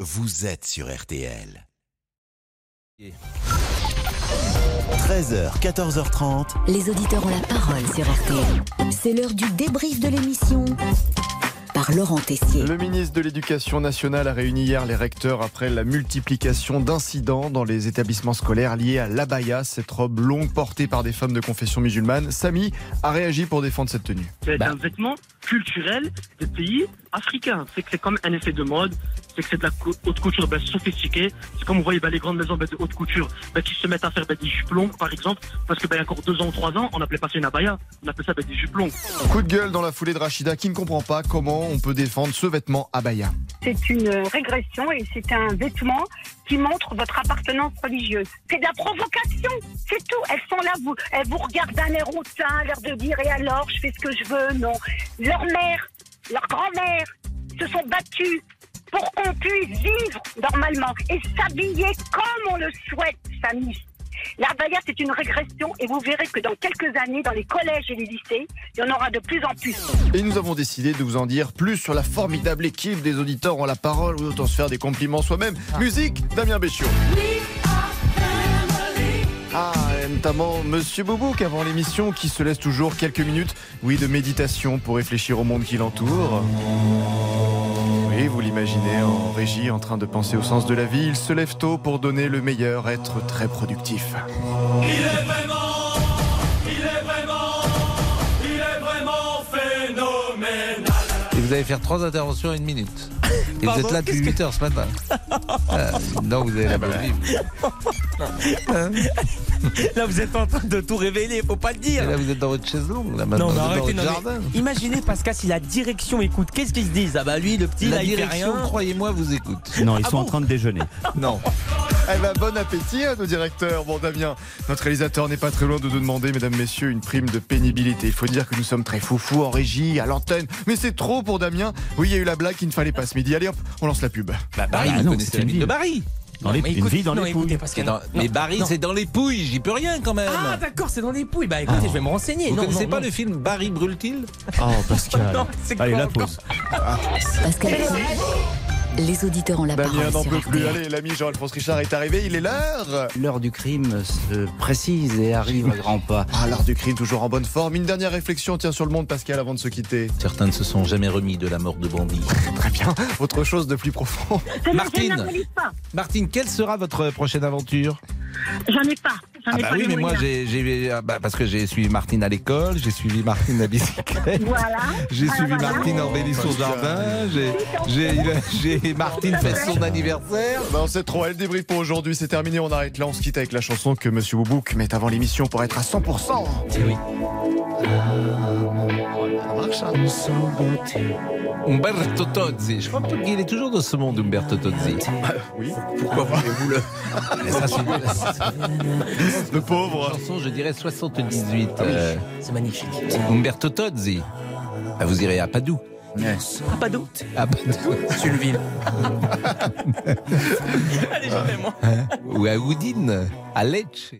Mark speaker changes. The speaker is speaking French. Speaker 1: vous êtes sur RTL. 13h, 14h30.
Speaker 2: Les auditeurs ont la parole sur RTL. C'est l'heure du débrief de l'émission par Laurent Tessier.
Speaker 3: Le ministre de l'Éducation nationale a réuni hier les recteurs après la multiplication d'incidents dans les établissements scolaires liés à l'abaya, cette robe longue portée par des femmes de confession musulmane. Samy a réagi pour défendre cette tenue.
Speaker 4: C'est
Speaker 5: Bah.
Speaker 4: un vêtement culturel des pays africains. C'est que c'est comme un effet de mode. C'est que c'est de la cou- haute couture ben, sophistiquée. C'est comme vous voyez ben, les grandes maisons ben, de haute couture ben, qui se mettent à faire ben, des jupes longues, par exemple. Parce que ben, il y a encore deux ans ou trois ans, on appelait pas ça une abaya. On appelait ça ben, des jupes longues.
Speaker 3: Coup de gueule dans la foulée de Rachida qui ne comprend pas comment on peut défendre ce vêtement abaya.
Speaker 6: C'est une régression et c'est un vêtement qui montre votre appartenance religieuse. C'est de la provocation, c'est tout. Elles sont là, vous, elles vous regardent d'un air hautain, l'air de dire et alors je fais ce que je veux, non. Leur mère, leur grand-mère se sont battues pour qu'on puisse vivre normalement et s'habiller comme on le souhaite, famille. L'abaya, c'est une régression et vous verrez que dans quelques années, dans les collèges et les lycées, il y en aura de plus en plus.
Speaker 3: Et nous avons décidé de vous en dire plus sur la formidable équipe des auditeurs en la parole. Oui, autant se faire des compliments soi-même. Musique, Damien Béchiot. Ah, et notamment Monsieur Boubouk avant l'émission qui se laisse toujours quelques minutes, oui, de méditation pour réfléchir au monde qui l'entoure. Oui, vous l'imaginez en régie, en train de penser au sens de la vie. Il se lève tôt pour donner le meilleur, être très productif.
Speaker 5: Et vous allez faire trois interventions en une minute. Et vous
Speaker 7: Pardon,
Speaker 5: êtes là depuis
Speaker 7: qu'est-ce
Speaker 5: 8 heures ce matin. Euh, donc vous avez la bonne vie.
Speaker 7: Là, vous êtes en train de tout révéler, faut pas le
Speaker 5: Et
Speaker 7: dire.
Speaker 5: là vous êtes dans votre chaise longue, là maintenant.
Speaker 7: Non, mais
Speaker 5: vous
Speaker 7: arrêtez,
Speaker 5: êtes dans
Speaker 7: non,
Speaker 5: votre
Speaker 7: mais
Speaker 5: jardin.
Speaker 7: imaginez Pascal si la direction écoute, qu'est-ce qu'ils se disent Ah bah lui, le petit,
Speaker 5: La
Speaker 7: là, il fait
Speaker 5: direction,
Speaker 7: rien.
Speaker 5: croyez-moi, vous écoute.
Speaker 8: Non, ils sont en
Speaker 7: bon
Speaker 8: train de déjeuner.
Speaker 5: Non.
Speaker 3: Eh ben, bon appétit à nos directeurs. Bon, Damien, notre réalisateur n'est pas très loin de nous demander, mesdames, messieurs, une prime de pénibilité. Il faut dire que nous sommes très foufous en régie, à l'antenne. Mais c'est trop pour Damien. Oui, il y a eu la blague qu'il ne fallait pas ce midi. Allez hop, on lance la pub.
Speaker 7: Bah Barry,
Speaker 5: Ah
Speaker 8: Bah
Speaker 7: vous
Speaker 8: non,
Speaker 7: connaissez
Speaker 8: c'est
Speaker 7: la
Speaker 8: une
Speaker 7: ville de
Speaker 8: ville.
Speaker 7: Barry.
Speaker 8: Dans les- une ville dans les pouilles.
Speaker 5: C'est dans- mais Barry, c'est dans les pouilles, j'y peux rien quand même.
Speaker 7: Ah d'accord, c'est dans les pouilles. Bah écoutez, je vais me renseigner.
Speaker 5: vous
Speaker 7: non,
Speaker 5: connaissez
Speaker 7: non,
Speaker 5: pas
Speaker 7: non.
Speaker 5: le film Barry brûle-t-il
Speaker 8: Oh, Pascal.
Speaker 7: Non, c'est
Speaker 8: Allez,
Speaker 7: quoi
Speaker 8: la
Speaker 7: encore
Speaker 8: pause.
Speaker 2: Pascal Pro, les auditeurs ont la
Speaker 3: Damien
Speaker 2: parole
Speaker 3: n'en
Speaker 2: sur
Speaker 3: peut plus.
Speaker 2: RTL.
Speaker 3: Allez, l'ami Jean-Alphonse Richard est arrivé. Il est l'heure.
Speaker 9: L'heure du crime se précise et arrive à grands pas.
Speaker 3: Ah, l'art du crime, toujours en bonne forme. Une dernière réflexion, tiens, sur le monde, Pascal, avant de se quitter.
Speaker 5: Certains ne se sont jamais remis de la mort de Bambi.
Speaker 3: Très bien. Autre chose de plus profond.
Speaker 6: C'est le
Speaker 5: Martine.
Speaker 6: généralise pas.
Speaker 5: Martine, quelle sera votre prochaine aventure
Speaker 6: J'en ai pas. J'en
Speaker 5: Ah
Speaker 6: ai
Speaker 5: bah
Speaker 6: pas
Speaker 5: oui,
Speaker 6: les
Speaker 5: mais moi
Speaker 6: moyens.
Speaker 5: j'ai, j'ai- ah bah, parce que j'ai suivi Martine à l'école, j'ai suivi Martine à bicyclette,
Speaker 6: Voilà.
Speaker 5: j'ai
Speaker 6: Ah,
Speaker 5: suivi
Speaker 6: voilà.
Speaker 5: Martine embellit son jardin, j'ai, j'ai, j'ai Martine fait son anniversaire.
Speaker 3: Bah, on sait trop, elle débrief pour aujourd'hui. C'est terminé, on arrête là. On se quitte avec la chanson que Monsieur Boubouk met avant l'émission pour être à 100%.
Speaker 5: Umberto Tozzi, je crois qu'il est toujours dans ce monde Umberto Tozzi.
Speaker 3: Oui.
Speaker 5: Ah, Pourquoi voulez-vous le... Ça, c'est une
Speaker 3: Le pauvre.
Speaker 5: chanson, je dirais 78. euh,
Speaker 7: C'est magnifique.
Speaker 5: Umberto Tozzi. Ah, vous irez à Padoue.
Speaker 7: Ah, pas d'eau.
Speaker 5: À Padoue.
Speaker 7: Sulville. Allez, j'en ai, moi.
Speaker 5: Ou à Houdine, à Lecce.